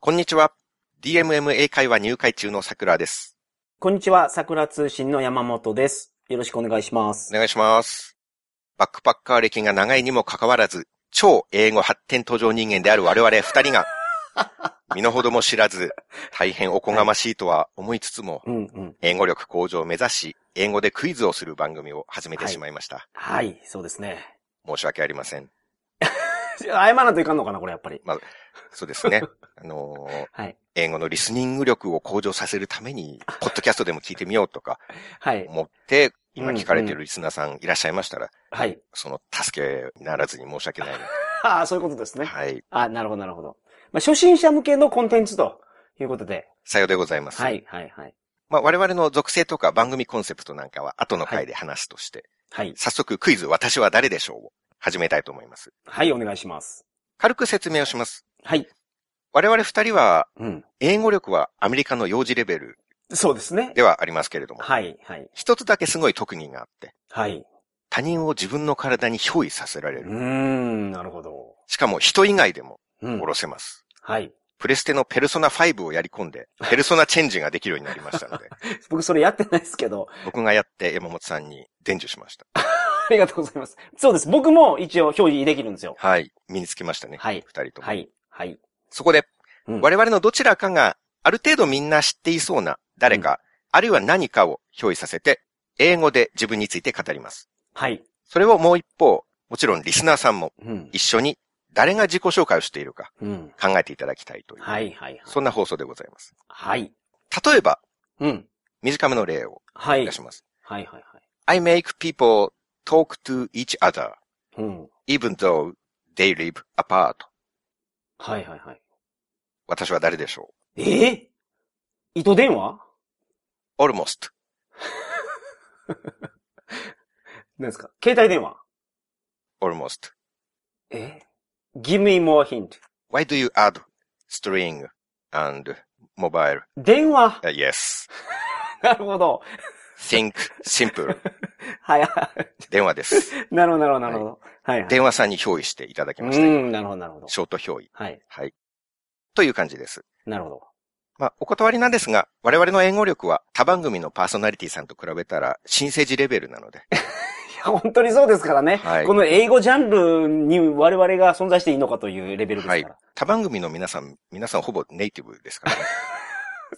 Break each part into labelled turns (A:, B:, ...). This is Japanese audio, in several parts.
A: こんにちは。DMM 英会話入会中のさくらです。
B: こんにちは、桜通信の山本です。よろしくお願いしま
A: お
B: す。
A: 願いします。バックパッカー歴が長いにもかかわらず、超英語発展途上人間である我々二人が、身の程も知らず、大変おこがましいとは思いつつも、
B: うんうん。
A: 英語力向上を目指し、英語でクイズをする番組を始めてしまいました。
B: はい、そうですね。
A: 申し訳ありません。
B: 謝らんといかんのかな、これやっぱり。
A: そうですね。あのー
B: はい。
A: 英語のリスニング力を向上させるために、ポッドキャストでも聞いてみようとか
B: はい。
A: 思って、今聞かれてるリスナーさんいらっしゃいましたら、
B: はい。
A: その助けにならずに申し訳ないな
B: ああ、そういうことですね。
A: はい。
B: あなるほど、なるほど。まあ、初心者向けのコンテンツということで。
A: さようでございます。
B: はい、はい、はい。
A: まあ、我々の属性とか番組コンセプトなんかは後の回で話すとして、
B: はい。
A: 早速クイズ私は誰でしょうを始めたいと思います。
B: はい、お願いします。
A: 軽く説明をします。
B: はい。
A: 我々二人は
B: うん。
A: 英語力はアメリカの幼児レベル
B: そうですね。
A: ではありますけれども、
B: はい、はい。
A: 一つだけすごい特技があって、
B: はい。
A: 他人を自分の体に憑依させら
B: う
A: れ
B: ー
A: る。
B: ん、なるほど。
A: しかも人以外でも
B: うん
A: 下。ろせます。
B: はい。
A: プレステのペルソナ5をやり込んで、ペルソナチェンジができるようになりましたの で、
B: 僕それやってないですけど、
A: 僕がやって山本さんに伝授しました。
B: ありがとうございます。そうです。僕も一応表示できるんですよ。
A: はい。身につきましたね。
B: はい。
A: 二人とも。
B: はい、はい。
A: そこで、
B: うん
A: 我々のどちらかが、ある程度みんな知っていそうな誰か、あるいは何かを憑依させて、英語で自分について語ります。
B: はい。
A: それをもう一方、もちろんリスナーさんも
B: うん。
A: 一緒に誰が自己紹介をしているか
B: うん。
A: 考えていただきたいという、
B: はい、はい、はい。
A: そんな放送でございます。
B: はい。
A: 例えば、
B: うん。
A: 短めの例を
B: は
A: 出
B: い。
A: します。
B: はい、はい、はい。
A: I make people talk to each other,
B: うん。
A: even though they live apart.
B: はい、はい、はい。
A: 私は誰でしょ
B: ええ糸電話
A: う ?almost.
B: 何ですか携帯電話
A: almost.
B: え ?give me more hint.
A: Why do you add string and mobile?
B: 電話
A: Uh, yes.
B: なるほど。
A: Think simple.
B: はい。
A: 電話です。
B: なるほど、なるほど、なるほど。はい。はい
A: 電話さんに憑依していただき
B: う
A: ました。
B: ん、なるほど、なるほど。
A: ショート憑依。
B: はい。
A: はい。という感じです。
B: なるほど。
A: まあ、お断りなんですが、我々の英語力は他番組のパーソナリティさんと比べたら新生児レベルなの で。
B: いや、本当にそうですからね。
A: はい
B: この英語ジャンルに我々が存在していいのかというレベルですか
A: は
B: ら。
A: い。他番組の皆さん、皆さんほぼネイティブですからね。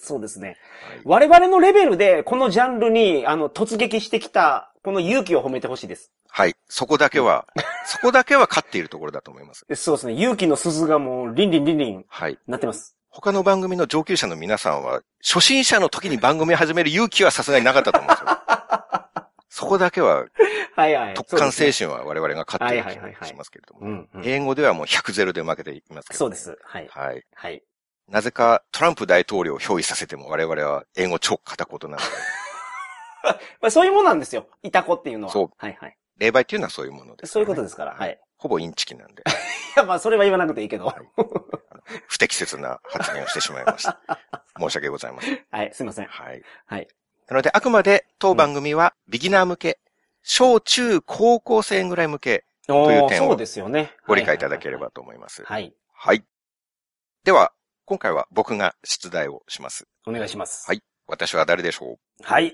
B: そうですね。
A: はい
B: 我々のレベルで、このジャンルに、あの、突撃してきた、この勇気を褒めてほしいです。
A: はい。そこだけは、そこだけは勝っているところだと思います。
B: そうですね。勇気の鈴がもう、リンリンリンリン、
A: はい。
B: なってます。
A: 他の番組の上級者の皆さんは、初心者の時に番組を始める勇気はさすがになかったと思うんですよ。 そこだけは、
B: はいはい。
A: 特感精
B: 神。
A: 神は我々が勝っている気がしますけれども。
B: うん、うん。
A: 英語ではもう100ゼロで負けていますけど。
B: そうです。はい。
A: はい。
B: はい。
A: なぜかトランプ大統領を憑依させても我々は英語超片言 なので、
B: まあ、そういうもんなんですよ。いた子っていうのは。
A: そう。
B: はいはい。
A: 霊媒っていうのはそういうものです、
B: そういうことですから。はい。い
A: ほぼインチキなんで、
B: や、まあ、それは言わなくていい けど。
A: はい不適切な発言をしてしまいま した。申し訳ございません。
B: はい。すいません。
A: はい。
B: はい。
A: なので、あくまで当番組はビギナー向け、小中高校生ぐらい向け、
B: お
A: いう
B: ー
A: 点を
B: そうですよね。
A: ご理解いただければと思います。
B: はい。はいはい。
A: はい。では、今回は僕が出題をします。
B: お願いします。
A: はい私は誰でしょ
B: はい。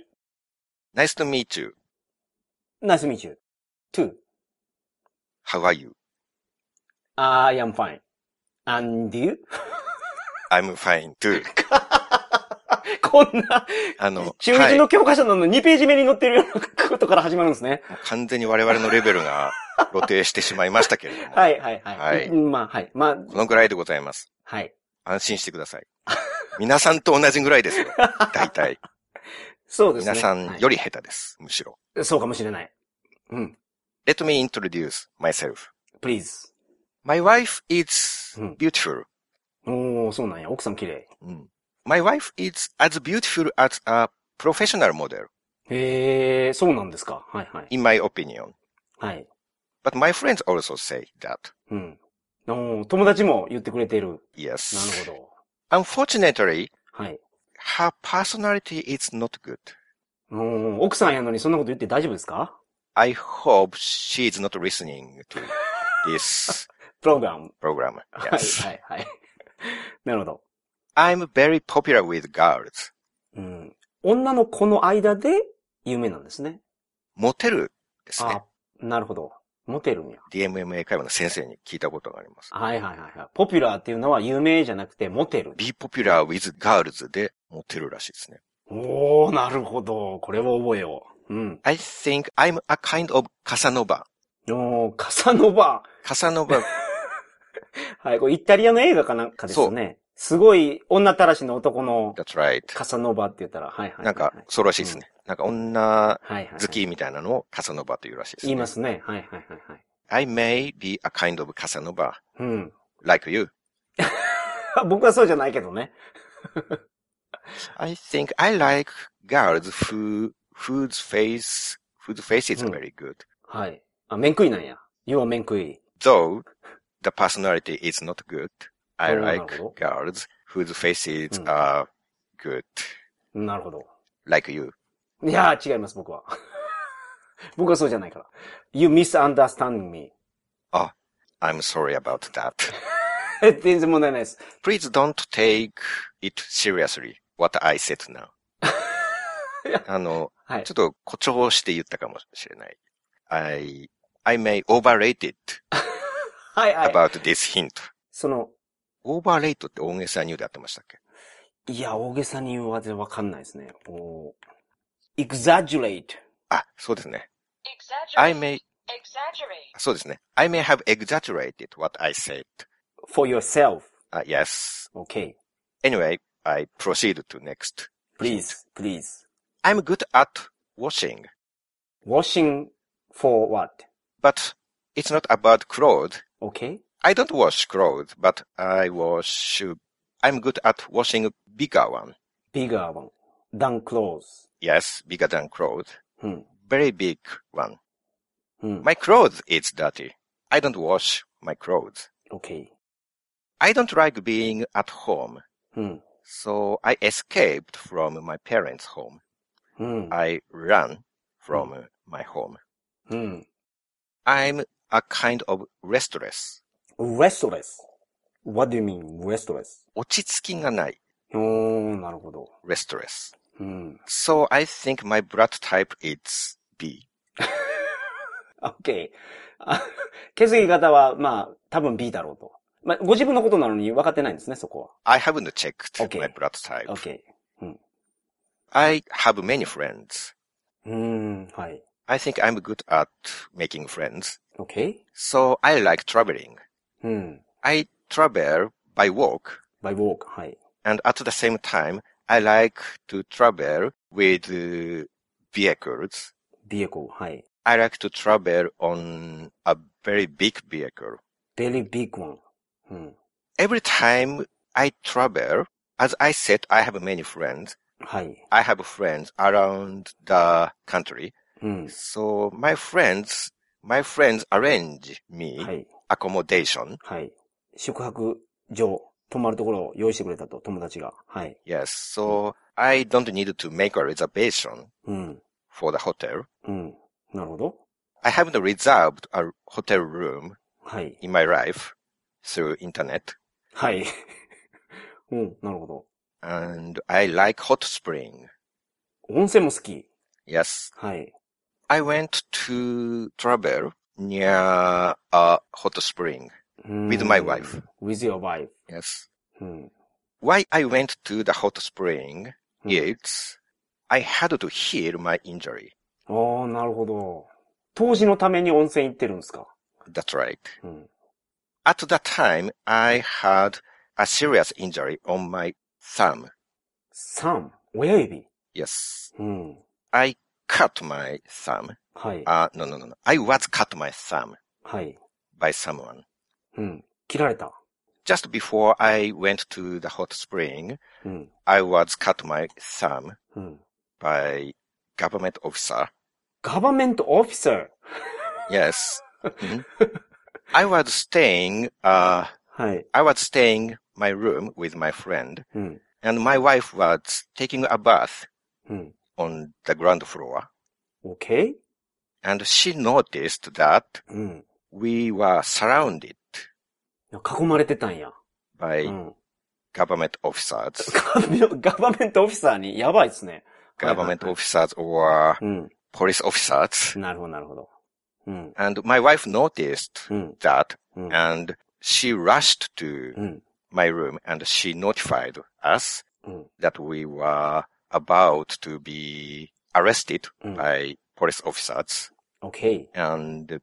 A: う ?Nice to meet you.
B: ナイスミーチュー。two.
A: How are you?
B: I am fine. And you?
A: I'm fine too.
B: こんな、
A: あの、
B: 中
A: は
B: 1
A: い、
B: の教科書なの2ページ目に載ってるようなことから始まるんですね。
A: 完全に我々のレベルが露呈してしまいましたけれども、
B: はい、はい、はい。
A: はい
B: うんまあ、はい。まあ、
A: このぐらいでございます。
B: はい。
A: 安心してください。皆さんと同じぐらい ですよ。大体。
B: そうですね。
A: 皆さんより下手です。むしろ。
B: はいそうかもしれない。うん。
A: Let me introduce myself.
B: please.
A: My wife is
B: うん
A: beautiful. Hmm.
B: おー、そうなんや。奥さん綺麗。
A: My wife is as beautiful as a professional model,
B: へえー、そうなんですか。はいはい。
A: in my opinion.
B: はい。
A: But my friends also say that.
B: うん。おー友達も言ってくれている。なる
A: Yes.
B: ほど。
A: Unfortunately,
B: はい。
A: her personality is not good.
B: おー奥さんやのにそんなこと言って大丈夫ですか
A: I hope she is not listening to this
B: プログラム。
A: program.
B: はい
A: Yes.
B: はいはい。なるほど。
A: I'm very popular with girls.
B: うん。女の子の間で有名なんですね。
A: モテるですね。
B: あなるほど。モテるんや。
A: DMMA 会話の先生に聞いたことがあります。
B: はいはいはいはい。ポピュラーっていうのは有名じゃなくてモテる。
A: be popular with girls でモテるらしいですね。
B: おー、なるほど。これを覚えよう。うん。
A: I think I'm a kind of Casanova.
B: おー、カサノバ。
A: Casanova
B: はい、これイタリアの映画かなんかですよね。すごい女たらしの男の
A: that's right.
B: カサノバって言ったら、はいはいはい。
A: なんか、そうらしいですね。なんか女
B: はいはいはい。
A: 好きみたいなのを Casanova というらしいです、
B: 言いま
A: ね。
B: すね。はいはいはいはい。
A: I may be a kind of Casanova
B: うん。
A: like you.
B: 僕はそうじゃないけどね。
A: I think I like girls who, whose face, whose face is
B: うん
A: very good.
B: はい。あ、面食いなんや。要は面食い。
A: Though the personality is not good, I
B: おー
A: like
B: なるほ
A: girls whose faces
B: うん
A: are good,
B: なるほど。
A: like you.
B: いやー、違います、僕は。 僕はそうじゃないから。You misunderstand me.
A: I'm sorry about that.
B: え 全然問題ないです。
A: Please don't take it seriously, what I said now. あの、
B: はい
A: ちょっ。と誇張して言ったかもしれない。I, I may overrate it
B: はいはい。
A: about this hint.
B: その、
A: overrate って大げさに言うであってましたっけ
B: いや、大げさに言わずわかんないですね。おー exaggerate.
A: あ、そうですね。I
C: Exaggerate.
A: may,
C: Exaggerate.
A: そうですね。I may have exaggerated what I said.
B: for yourself.
A: あ yes.
B: Okay.
A: Anyway, I proceed to next.
B: Please, please.
A: I'm good at washing,
B: Washing for what?
A: but it's not about clothes.
B: Okay.
A: I don't wash clothes, but I wash, I'm good at washing bigger one.
B: Bigger one. Than clothes.
A: Yes, bigger than clothes.
B: うん。
A: Very big one.
B: うん。
A: My clothes is dirty. I don't wash my clothes.
B: Okay.
A: I don't like being at home,
B: うん。
A: so I escaped from my parents' home.
B: うん。
A: I ran from my home.
B: うん。
A: I'm a kind of restless.
B: restless. What do you mean restless?
A: 落ち着きがない。
B: おー、なるほど。
A: restless.
B: うん。
A: So I think my blood type is B.
B: Okay. あ血液型は、まあ、多分 B だろうと。まあ、ご自分のことなのに分かってないんですね、そこ
A: I haven't checked
B: Okay.
A: my blood type.
B: は。Okay.
A: I have many friends.
B: うーん、はい。
A: I think I'm good at making friends.
B: Okay?
A: So I like traveling.
B: うん。
A: I travel by walk
B: by walk, はい。
A: and at the same time I like to travel with uh, vehicles.
B: vehicle, はい。
A: I like to travel on a very big vehicle.
B: very big one. うん。
A: Every time I travel, as I said, I have many friends.
B: はい。
A: I have friends around the country.
B: うん。
A: So my friends, my friends arrange me
B: はい。
A: accommodation.
B: はい。宿泊所、泊まるところを用意してくれたと、友達が。はい。
A: Yes. So I don't need to make a reservation
B: うん。
A: for the hotel.
B: うん。なるほど。
A: I haven't reserved a hotel room
B: はい。
A: in my life through internet.
B: はい。 うん、なるほど。
A: And I like hot spring.
B: 温泉も好き。
A: Yes.
B: はい。
A: I went to travel near a hot spring
B: うん
A: with my wife.
B: With your wife.
A: Yes.
B: うん。
A: Why I went to the hot spring
B: うん
A: It's I had to heal my injury.
B: ああ、なるほど。投資のために温泉行ってるんですか。
A: That's right.
B: うん。
A: At that time, I had a serious injury on my thumb.
B: 三、親指。
A: Yes.
B: うん。
A: I cut my thumb.
B: はい。
A: Uh, no, no, no, no. I was cut my thumb
B: はい。
A: by someone.
B: うん。切られた。
A: Just before I went to the hot spring,
B: うん。
A: I was cut my thumb
B: うん。
A: by government officer.
B: ガバメントオフィサー。
A: Yes. Mhm. I was staying, uh,
B: はい。
A: I was staying my room with my friend.
B: うん。
A: and my wife was taking a bath
B: うん。
A: on the ground floor,
B: OK?
A: and she noticed that
B: うん。
A: we were surrounded
B: 囲まれてたんや。
A: by
B: うん。
A: government officers,
B: ガバメントオフィサーにやばいですね。
A: government officers or
B: うん。
A: police officers.
B: なるほど、なるほど。うん。
A: And my wife noticed
B: うん。
A: that
B: うん。
A: and she rushed to
B: うん。
A: my room and she notified us
B: うん。
A: that we were about to be arrested
B: うん。
A: by police officers.
B: OK。
A: And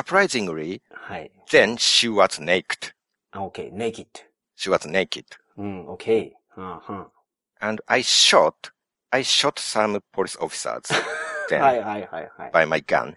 A: surprisingly,
B: はい。
A: then she was naked.
B: あ、OK。naked。
A: She was naked.
B: うん。OK。はあは
A: And I shot, I shot some police officers
B: あ
A: then
B: はいはいはいは
A: by
B: い。
A: my gun.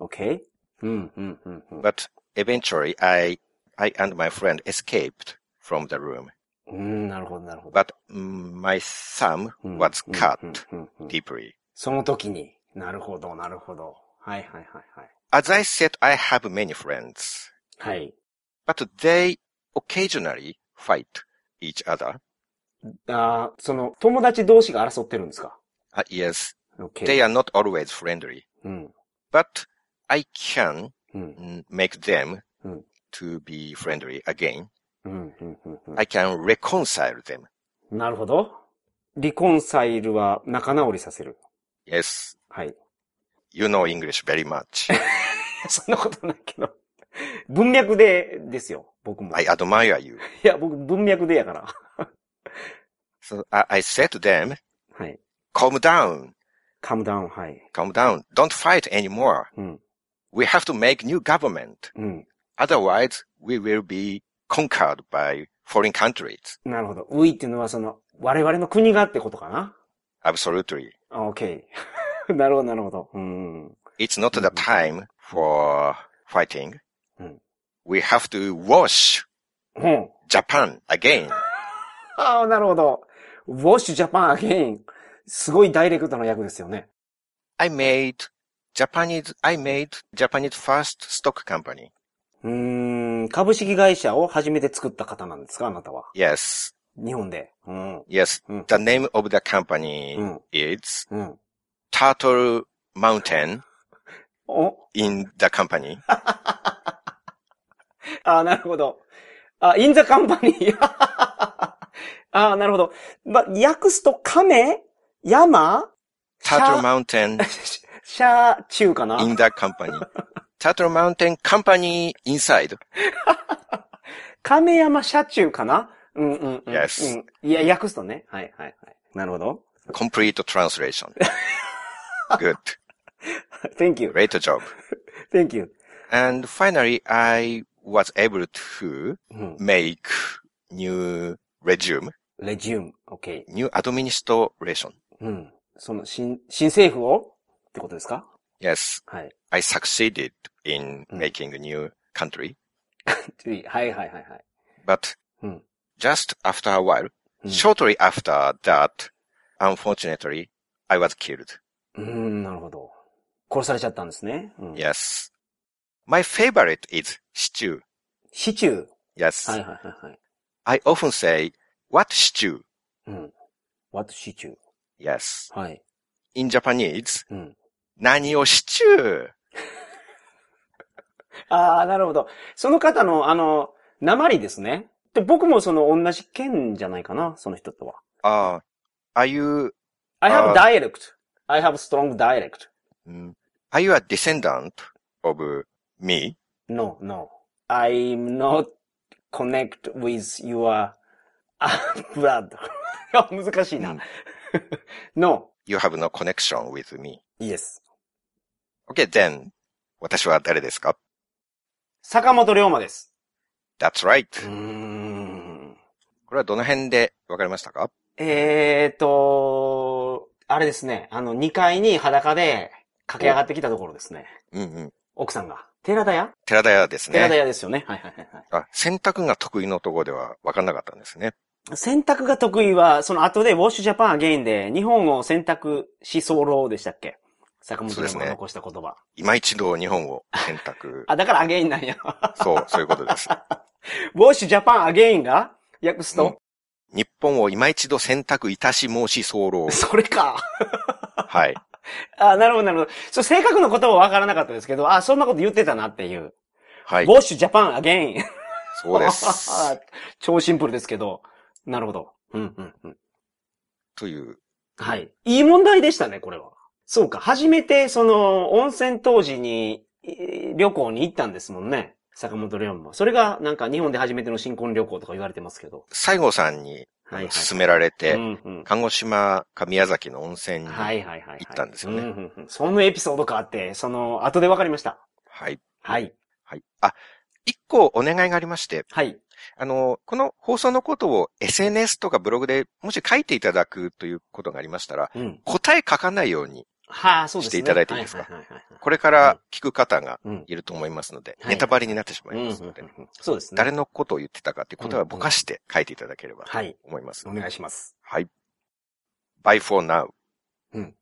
B: OK。うん。うん。うん。うん
A: But eventually I, I and my friend escaped from the room.
B: うん。なるほど、なるほど。
A: But mm, my thumb
B: うん
A: was
B: うん
A: cut
B: うんうんうん
A: deeply.
B: その時に。なるほど、なるほど。はいはいはいはい。
A: As I said, I have many friends,
B: はい。
A: but they occasionally fight each other.
B: あーその、友達同士が争ってるんですか
A: Uh, yes,
B: ?OK。
A: they are not always friendly,
B: うん。
A: but I can
B: う
A: mm,
B: ん。
A: make them
B: Mm.
A: to be friendly again.
B: うん。うん。うんうん
A: I can reconcile them.
B: なるほど。リコンサイルは仲直りさせる。
A: Yes,
B: はい。
A: you know English very much.
B: そんなことないけど。文脈で、ですよ。僕も。
A: I
B: い
A: admire you.
B: や、僕、文脈でやから。
A: So I, I said to them,
B: はい。
A: calm down,
B: カムダウン、はい。
A: calm down. Don't fight anymore.
B: うん。
A: We have to make new government.
B: うん。
A: Otherwise, we will be conquered by foreign countries.
B: なるほど。ウィっていうのは、その、我々の国がってことかな
A: Absolutely.
B: あ ?OK。なる ほど、なるほど。うん。
A: It's not the
B: Mhm.
A: time for fighting.
B: Mm.
A: We have to wash
B: うん。
A: Japan again.
B: ああ、なるほど。ウォッシュジャパンアゲイン。すごいダイレクトな役ですよね。
A: I made Japanese, I made Japanese first stock company.
B: うーん。株式会社を初めて作った方なんですかあなたは。
A: Yes.
B: 日本で。うん。
A: Yes.
B: うん。
A: The name of the company
B: うん。
A: is
B: うん。
A: Turtle Mountain
B: お
A: in the company.
B: ああ、なるほど。あ、インザカンパニー。 ああ、なるほど。ま、訳すと亀山
A: Turtle
B: シャ
A: Mountain
B: シャー中かな
A: in the company. Turtle Mountain company inside.
B: 亀山社中かなうんうんうん。
A: Yes.
B: うん。いや、訳すとね。はいはいはい。なるほど。
A: Complete translation. Good.
B: Thank you.
A: Great job.
B: Thank you.
A: And finally, I was able to
B: うん、
A: make new regime,
B: resume. OK.
A: new administration.
B: うん。その新、新政府をってことですか
A: Yes,
B: はい。
A: I succeeded in
B: Mm.
A: making a new country,
B: はい はいはいはい。
A: but
B: Mm.
A: just after a while,
B: Mm.
A: shortly after that, unfortunately, I was killed.
B: うーん、なるほど。殺されちゃったんですね。うん、
A: Yes. My favorite is stew.
B: シチュ
A: Yes.
B: ー。はいはいはいはい。
A: I often say, what stew?
B: うん。what シチュ
A: Yes.
B: ー。はい。
A: In Japanese,
B: うん。
A: 何をシチュー
B: ああ、なるほど。その方の、あの、鉛ですね。で、僕もその同じ県じゃないかな、その人とは。
A: ああ、are you,
B: I
A: あ
B: have
A: ー
B: dialect. I have strong dialect.
A: うん hmm, are you a descendant of me?
B: No, no. I'm not connect with your blood. 難しいな。
A: うん
B: no.
A: Hmm. You have no connection with me.
B: Yes.
A: Okay, then, 私は誰ですか
B: 坂本龍馬です。
A: ?That's right.
B: ん。
A: これはどの辺でわかりましたか
B: えーと、あれですね。あの、2階に裸で駆け上がってきたところですね。
A: うんうん。
B: 奥さんが。寺田屋
A: 寺田屋です
B: 寺田
A: ね。
B: 屋ですよね。はいはいはいはい。
A: あ、洗濯が得意のところではわかんなかったんですね。
B: 洗濯が得意は、その後で、ウォッシュジャパンアゲインで、日本を洗濯し候でしたっけ坂本龍馬が残した言葉。
A: 今一度日本を選
B: 。
A: 択
B: あ、だからアゲインなんや。
A: そう、そういうことです。
B: ウォッシュジャパンアゲインが訳すと、
A: 日本を今一度選択いたし申し候。
B: それか。
A: はい。
B: あ、なるほど、なるほど。そう、正確なことは分からなかったですけど、あ、そんなこと言ってたなっていう。
A: はい
B: ウ。ォッシュジャパンアゲイン。
A: そうです。
B: 超シンプルですけど。なるほど。うん、うん、うん。
A: という。
B: はい。いい問題でしたね、これは。そうか。初めて、その、温泉当時に、えー旅行に行ったんですもんね。坂本龍馬も。それが、なんか、日本で初めての新婚旅行とか言われてますけど。
A: 西郷さんに
B: はい、はい。
A: 勧められて、
B: うんうん
A: 鹿児島か宮崎の温泉に、
B: はいはいはいはい。
A: 行ったんですよね
B: うんうんうんそのエピソードがあって、その、後で分かりました。
A: はい。
B: はい。
A: はい。あ、一個お願いがありまして、
B: はい。
A: あの、この放送のことを SNS とかブログでもし書いていただくということがありましたら、
B: うん。
A: 答え書かないように、
B: はあ、そうですね。
A: していただいていいですか
B: はいはいはいはい
A: これから聞く方が
B: うん
A: いると思いますので、
B: はい
A: ネタバレになってしまいますので、
B: うんうんうんそうですね。
A: 誰のことを言ってたかっていうことはぼかして書いていただければと
B: はい。
A: 思います。
B: お願いします。
A: はい。Bye for now.
B: うん